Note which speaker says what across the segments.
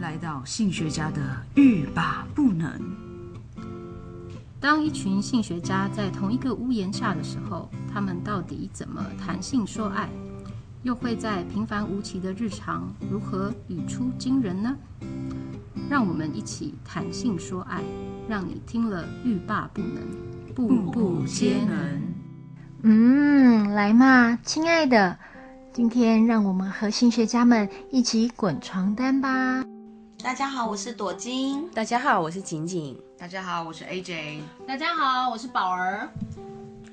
Speaker 1: 来到性学家的欲罢不能。
Speaker 2: 当一群性学家在同一个屋檐下的时候，他们到底怎么谈性说爱？又会在平凡无奇的日常如何语出惊人呢？让我们一起谈性说爱，让你听了欲罢不能，步步皆能。
Speaker 3: 嗯，来嘛，亲爱的，今天让我们和性学家们一起滚床单吧。
Speaker 4: 大家好，我是朵金。
Speaker 5: 大家好，我是景景。
Speaker 6: 大家好，我是 AJ。
Speaker 7: 大家好，我是宝儿。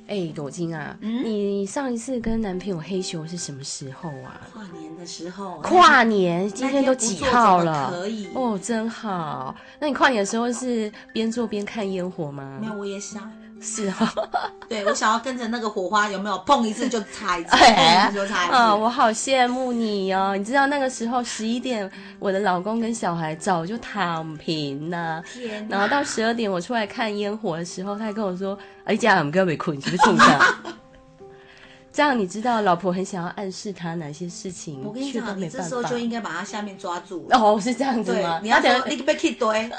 Speaker 5: 哎，朵金啊，嗯、你上一次跟男朋友嘿咻是什么时候啊？
Speaker 4: 跨年的时候。哎
Speaker 5: 跨年，今天都几号了？
Speaker 4: 可以
Speaker 5: 哦，真好。那你跨年的时候是边做边看烟火吗？
Speaker 4: 没有，我也想。
Speaker 5: 是哈、哦，
Speaker 4: 对我想要跟着那个火花，有没有碰一次就 擦一次，碰一次就擦一次。
Speaker 5: 哎啊，我好羡慕你哦！你知道那个时候十一点，我的老公跟小孩早就躺平啦、啊，然后到十二点我出来看烟火的时候，他还跟我说：“哎，家俺们哥没困，你是不是中 奖？”这样你知道，老婆很想要暗示他哪些事情，
Speaker 4: 我跟你讲，你这时候就应该把他下面抓住。
Speaker 5: 哦，是这样子吗？
Speaker 4: 你要等你被哎 K 堆，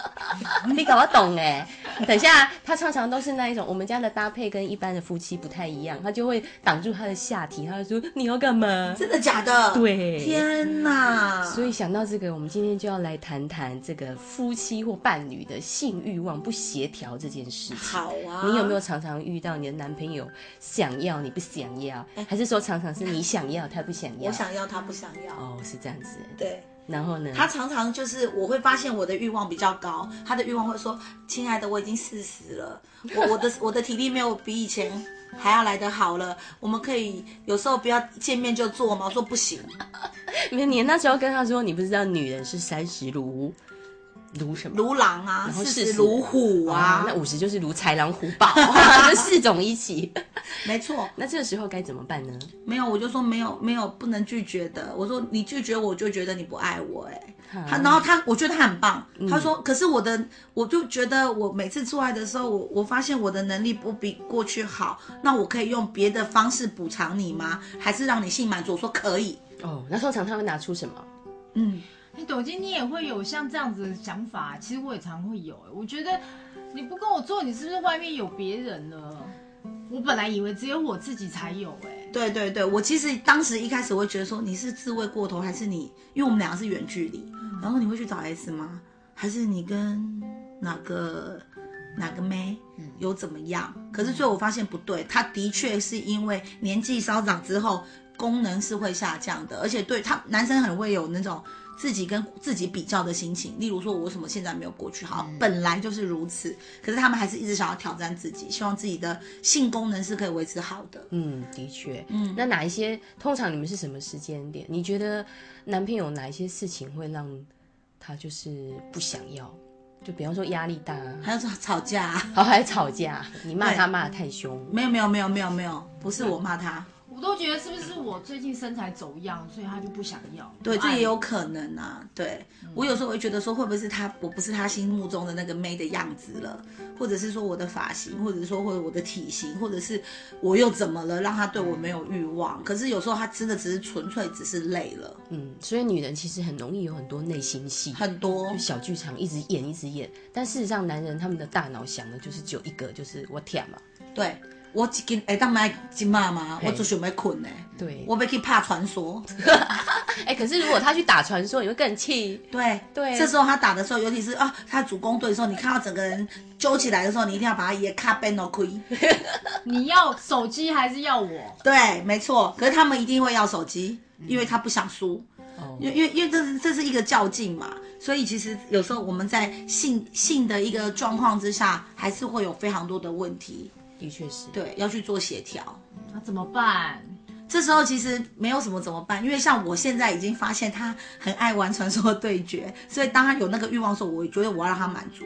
Speaker 5: 你搞不懂哎。等一下，他常常都是那一种，我们家的搭配跟一般的夫妻不太一样，他就会挡住他的下体，他就说你要干嘛？
Speaker 4: 真的假的？
Speaker 5: 对，
Speaker 4: 天哪！
Speaker 5: 所以想到这个，我们今天就要来谈谈这个夫妻或伴侣的性欲望不协调这件事情。
Speaker 4: 好啊，
Speaker 5: 你有没有常常遇到你的男朋友想要你不想要？还是说常常是你想要他不哎想要，
Speaker 4: 我想要他不想要，
Speaker 5: 哦，是这样子。
Speaker 4: 对，
Speaker 5: 然后呢？
Speaker 4: 他常常就是我会发现我的欲望比较高，他的欲望会说：“亲爱的，我已经四十了，我我的我的体力没有比以前还要来得好了，我们可以有时候不要见面就做吗？”我说不行。
Speaker 5: 你你那时候跟他说，你不知道女人是三十如如什么？
Speaker 4: 如狼啊，然后四十如虎啊，
Speaker 5: 哦、那五十就是如豺狼虎 豹，这四种一起。
Speaker 4: 没错，
Speaker 5: 那这个时候该怎么办呢？
Speaker 4: 没有，我就说没有，没有不能拒绝的。我说你拒绝我就觉得你不爱我、欸，哎、啊，他然后他我觉得他很棒，嗯、他说可是我的我就觉得我每次做爱的时候，我我发现我的能力不比过去好，那我可以用别的方式补偿你吗？还是让你性满足？我说可以。
Speaker 5: 哦，那通常他会拿出什么？
Speaker 4: 嗯。
Speaker 7: 哎，抖金，你也会有像这样子的想法？其实我也常会有。哎我觉得你不跟我做，你是不是外面有别人了？我本来以为只有我自己才有，哎。
Speaker 4: 对对对，我其实当时一开始我会觉得说，你是自慰过头，还是你？因为我们两个是远距离，嗯、然后你会去找 S 吗？还是你跟哪个哪个妹有怎么样？可是最后我发现不对，他的确是因为年纪稍长之后，功能是会下降的，而且对他男生很会有那种。自己跟自己比较的心情，例如说，我为什么现在没有过去好？嗯、本来就是如此，可是他们还是一直想要挑战自己，希望自己的性功能是可以维持好的。
Speaker 5: 嗯，的确。嗯，那哪一些？通常你们是什么时间点？你觉得男朋友哪一些事情会让他就是不想要？就比方说压力大、啊，
Speaker 4: 还有吵架、啊，
Speaker 5: 好、哦，还吵架，你骂他骂的太凶。
Speaker 4: 没有没有没有没有没有，不是我骂他。
Speaker 7: 我都觉得是不是我最近身材走样，所以他就不想要。哎
Speaker 4: 对，这也有可能啊。对、嗯、我有时候会觉得说，会不会是他，我不是他心目中的那个妹的样子了，或者是说我的发型，或者是说或者我的体型，或者是我又怎么了，让他对我没有欲望？可是有时候他真的只是纯粹只是累了。
Speaker 5: 嗯，所以女人其实很容易有很多内心戏，
Speaker 4: 很多
Speaker 5: 就小剧场一直演一直演。但事实上，男人他们的大脑想的就是只有一个，就是我舔嘛。
Speaker 4: 对。我一根会当买一骂吗？我就想要困呢。
Speaker 5: 对，
Speaker 4: 我要去怕传说。
Speaker 5: 哎欸，可是如果他去打传说，你会更气。
Speaker 4: 对
Speaker 5: 对，對
Speaker 4: 这时候他打的时候，尤其是啊，他主攻对的时候，你看到整个人揪起来的时候，你一定要把他也卡边哦亏。
Speaker 7: 你要手机还是要我？
Speaker 4: 对，没错。可是他们一定会要手机，因为他不想输。嗯、因为因为因为这是这是一个较劲嘛，所以其实有时候我们在性性的一个状况之下，还是会有非常多的问题。
Speaker 5: 的确是
Speaker 4: 对，要去做协调，
Speaker 7: 那、啊、怎么办？
Speaker 4: 这时候其实没有什么怎么办，因为像我现在已经发现他很爱玩传说对决，所以当他有那个欲望的时候，我觉得我要让他满足。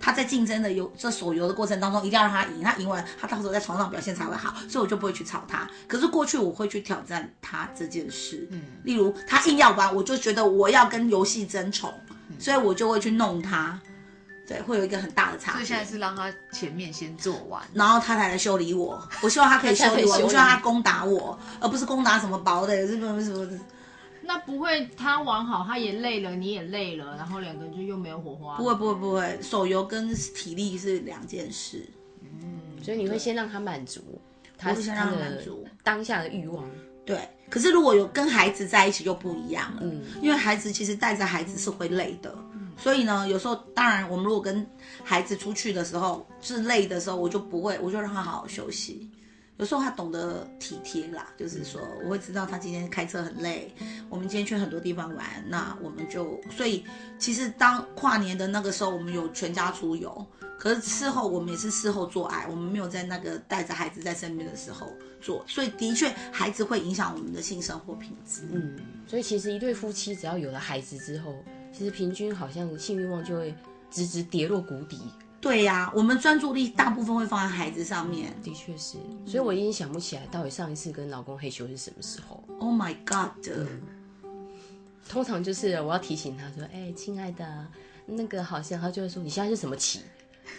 Speaker 4: 他在竞争的游这手游的过程当中，一定要让他赢，他赢完他到时候在床上表现才会好，所以我就不会去吵他。可是过去我会去挑战他这件事，嗯，例如他硬要玩，我就觉得我要跟游戏争宠，所以我就会去弄他。对，会有一个很大的差。
Speaker 6: 所以现在是让他前面先做完，
Speaker 4: 然后他才来修理我。我希望他可以修理我，我希望他攻打我，而不是攻打什么薄的，什么什么。
Speaker 7: 那不会他玩好，他也累了，你也累了，然后两个人就又没有火花。
Speaker 4: 不会不会不会，手游跟体力是两件事。
Speaker 5: 所以你会先让他满足，他
Speaker 4: 我会先让他
Speaker 5: 他的
Speaker 4: 满足
Speaker 5: 当下的欲望，
Speaker 4: 对，可是如果有跟孩子在一起就不一样了，
Speaker 5: 嗯
Speaker 4: 因为孩子其实带着孩子是会累的，所以呢，有时候当然我们如果跟孩子出去的时候是累的时候，我就不会，我就让他好好休息。有时候他懂得体贴啦，就是说我会知道他今天开车很累，我们今天去很多地方玩，那我们就所以其实当跨年的那个时候，我们有全家出游，可是事后我们也是事后做爱，我们没有在那个带着孩子在身边的时候做，所以的确孩子会影响我们的性生活品质。
Speaker 5: 嗯，所以其实一对夫妻只要有了孩子之后，其实平均好像性欲望就会直直跌落谷底，
Speaker 4: 对呀、我们专注力大部分会放在孩子上面。
Speaker 5: 的确是，所以我已经想不起来到底上一次跟老公嘿咻是什么时候。
Speaker 4: Oh my god！
Speaker 5: 通常就是我要提醒他说：“哎、亲爱的啊，那个好像他就会说你现在是什么期？”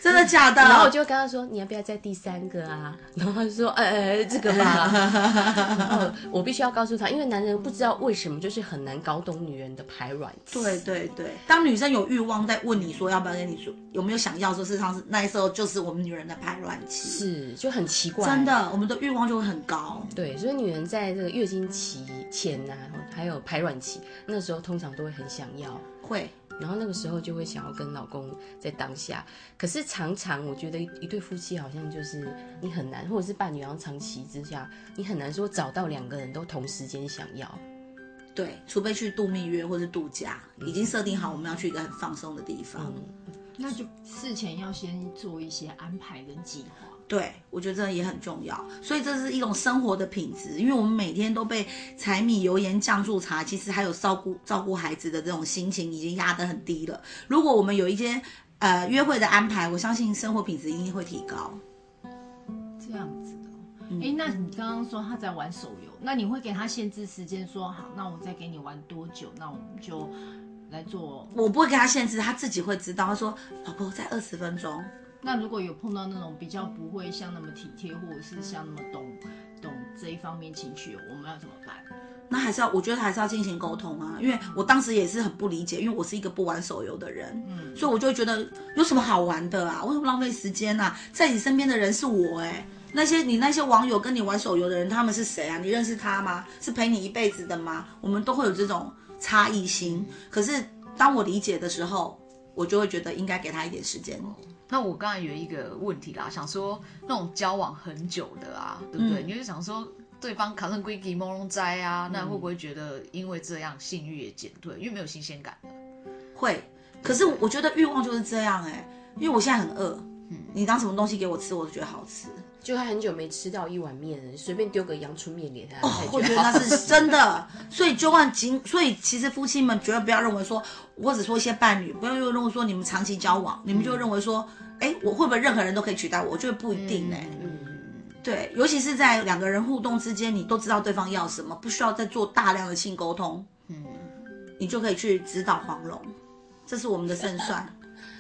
Speaker 4: 真的假的？
Speaker 5: 然后我就跟他说：“你要不要再第三个啊？” 然后他就说：“哎、哎哎这个吧。” 然后我必须要告诉他，因为男人不知道为什么就是很难搞懂女人的排卵期。
Speaker 4: 对对对，当女生有欲望在问你说要不要跟你说有没有想要说，事实上是那时候就是我们女人的排卵期，
Speaker 5: 是就很奇怪，
Speaker 4: 真。的，我们的欲望就会很高。
Speaker 5: 对，所以女人在这个月经期前呐、还有排卵期，那时候通常都会很想要，
Speaker 4: 会，
Speaker 5: 然后那个时候就会想要跟老公在当下。可是常常我觉得一一对夫妻好像就是你很难，或者是伴侣，然后长期之下，你很难说找到两个人都同时间想要。
Speaker 4: 对，除非去度蜜月或是度假，已经设定好我们要去一个很放松的地方。
Speaker 7: 那就事前要先做一些安排跟计划。
Speaker 4: 对，我觉得这也很重要，所以这是一种生活的品质，因为我们每天都被柴米油盐酱醋茶，其实还有照顾照顾孩子的这种心情已经压得很低了。如果我们有一些呃约会的安排，我相信生活品质一定会提高。
Speaker 7: 这样子的哦。哎、那你刚刚说他在玩手游，那你会给他限制时间说好，那我再给你玩多久？那我们就来做。
Speaker 4: 我不会给他限制，他自己会知道。他说：“老婆，在二十分钟。
Speaker 7: 那如果有碰到那种比较不会像那么体贴，或者是像那么懂懂这一方面情绪，我们要怎么办？”
Speaker 4: 那还是要，我觉得还是要进行沟通啊，因为我当时也是很不理解，因为我是一个不玩手游的人，嗯，所以我就会觉得有什么好玩的啊？为什么浪费时间啊？在你身边的人是我哎、那些你那些网友跟你玩手游的人，他们是谁啊？你认识他吗？是陪你一辈子的吗？我们都会有这种差异心。可是当我理解的时候，我就会觉得应该给他一点时间。
Speaker 6: 那我刚才有一个问题啦，想说那种交往很久的啊，对不对？
Speaker 4: 嗯
Speaker 6: 你就想说对方卡上归给朦胧斋啊，那会不会觉得因为这样性欲也减退，因为没有新鲜感了？
Speaker 4: 会，可是我觉得欲望就是这样哎、因为我现在很饿，你拿什么东西给我吃，我就觉得好吃。
Speaker 5: 就他很久没吃到一碗面了，随便丢个阳春面给他，他也
Speaker 4: 哦我觉得
Speaker 5: 好
Speaker 4: 那 是真的， 所以就万仅，所以其实夫妻们绝对不要认为说，我只说一些伴侣，不要又认为说你们长期交往，你们就认为说，哎、我会不会任何人都可以取代我？我觉得不一定呢、对，尤其是在两个人互动之间，你都知道对方要什么，不需要再做大量的性沟通，嗯，你就可以去指导黄蓉，这是我们的胜算。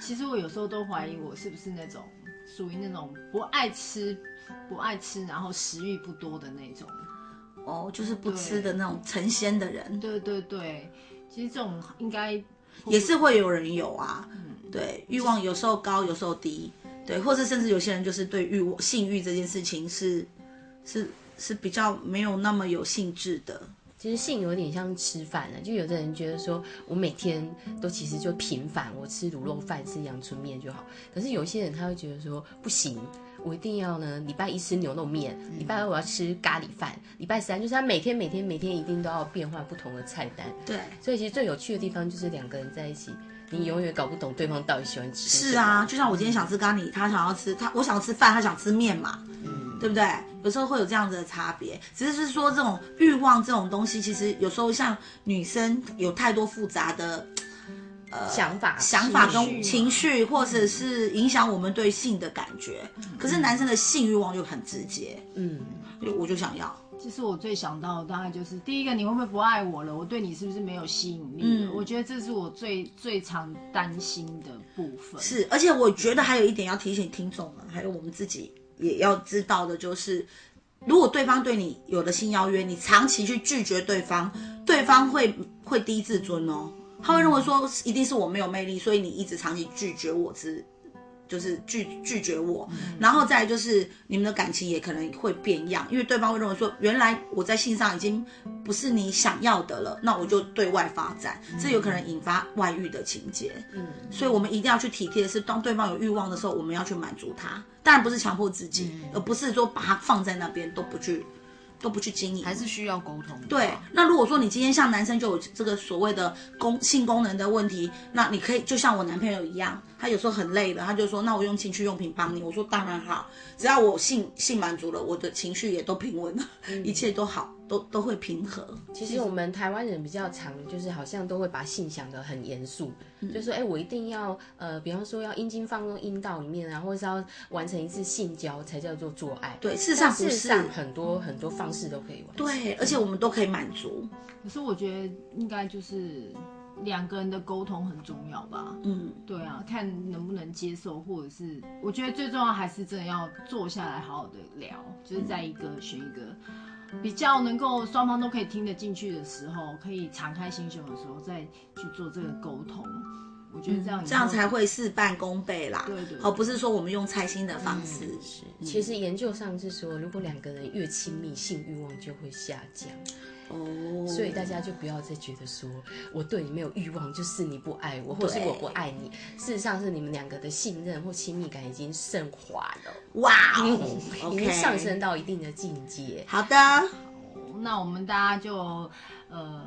Speaker 7: 其实我有时候都怀疑我是不是那种属于那种不爱吃、不爱吃，然后食欲不多的那种。
Speaker 4: 哦，就是不吃的那种成仙的人，
Speaker 7: 对对对，其实这种应该
Speaker 4: 也是会有人有啊，对，欲望有时候高，有时候低，对，或者甚至有些人就是对欲望、性欲这件事情是是是比较没有那么有兴致的，
Speaker 5: 其实性有点像吃饭啊，就有的人觉得说我每天都其实就平凡，我吃卤肉饭、吃阳春面就好。可是有一些人他会觉得说不行，我一定要呢礼拜一吃牛肉面，
Speaker 4: 嗯
Speaker 5: 礼拜二我要吃咖喱饭，礼拜三就是他每天每天每天一定都要变换不同的菜单。
Speaker 4: 对，
Speaker 5: 所以其实最有趣的地方就是两个人在一起，你永远搞不懂对方到底喜欢吃什么。
Speaker 4: 是啊，就像我今天想吃咖喱，他想要吃他，我想吃饭，他想吃面嘛，对不对？有时候会有这样子的差别，只是是说这种欲望这种东西，其实有时候像女生有太多复杂的呃
Speaker 5: 想法
Speaker 4: 想法
Speaker 5: 情
Speaker 4: 跟
Speaker 5: 绪
Speaker 4: 情绪，或者是影响我们对性的感觉。可是男生的性欲望就很直接，
Speaker 5: 嗯，
Speaker 4: 我就想要。
Speaker 7: 其实我最想到的大概就是第一个，你会不会不爱我了？我对你是不是没有吸引力了？
Speaker 4: 嗯
Speaker 7: 我觉得这是我最最常担心的部分。，
Speaker 4: 是，而且我觉得还有一点要提醒听众们，还有我们自己也要知道的，就是如果对方对你有了性邀约，你长期去拒绝对方，对方会会低自尊哦，他会认为说一定是我没有魅力，所以你一直长期拒绝我之。就是拒拒绝我，然后再来就是你们的感情也可能会变样，因为对方会认为说，原来我在性上已经不是你想要的了，那我就对外发展，这有可能引发外遇的情节。嗯，所以我们一定要去体贴的是，当对方有欲望的时候，我们要去满足他，当然不是强迫自己，而不是说把他放在那边都不去都不去经营，
Speaker 6: 还是需要沟通的。
Speaker 4: 对，那如果说你今天像男生就有这个所谓的功性功能的问题，那你可以就像我男朋友一样，他有时候很累了，他就说那我用情趣用品帮你。我说当然好，只要我性性满足了，我的情绪也都平稳了，一切都好，都都会平和。
Speaker 5: 其
Speaker 4: 嗯
Speaker 5: 实我们台湾人比较常就是好像都会把性想得很严肃，
Speaker 4: 嗯
Speaker 5: 就说哎、我一定要呃，比方说要阴茎放入阴道里面啊，或者是要完成一次性交才叫做做爱。
Speaker 4: 对，事实上
Speaker 5: 但
Speaker 4: 不
Speaker 5: 事实
Speaker 4: 是，
Speaker 5: 上很多很多方式都可以完成。嗯
Speaker 4: 对，而且我们都可以满足。
Speaker 7: 可是我觉得应该就是两个人的沟通很重要吧。
Speaker 4: 嗯，
Speaker 7: 对啊，看能不能接受，或者是我觉得最重要还是真的要坐下来好好的聊，就是在一个选一个比较能够双方都可以听得进去的时候，可以敞开心胸的时候再去做这个沟通。我觉得这样以后
Speaker 4: 嗯这样才会事半功倍啦。
Speaker 7: 对对
Speaker 4: 而不是说我们用猜心的方式。嗯
Speaker 5: 其实研究上是说，如果两个人越亲密，性欲望就会下降，
Speaker 4: 哦，
Speaker 5: 所以大家就不要再觉得说我对你没有欲望，就是你不爱我，或是
Speaker 4: 对
Speaker 5: 我不爱你。事实上是你们两个的信任或亲密感已经升华了，
Speaker 4: 哇哦
Speaker 5: 已
Speaker 4: ，OK，
Speaker 5: 经上升。到一定的境界。
Speaker 4: 好的，
Speaker 7: 那我们大家就呃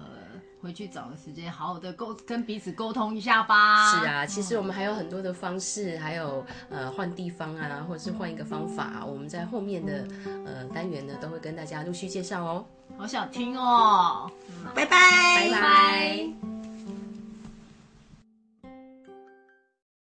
Speaker 7: 回去找个时间好好的沟跟彼此沟通一下吧。
Speaker 5: 是，啊，其实我们还有很多的方式，还有呃换地方啊，或者是换一个方法啊、我们在后面的呃单元呢都会跟大家陆续介绍哦。
Speaker 7: 好想听哦。
Speaker 4: 拜拜
Speaker 5: 拜拜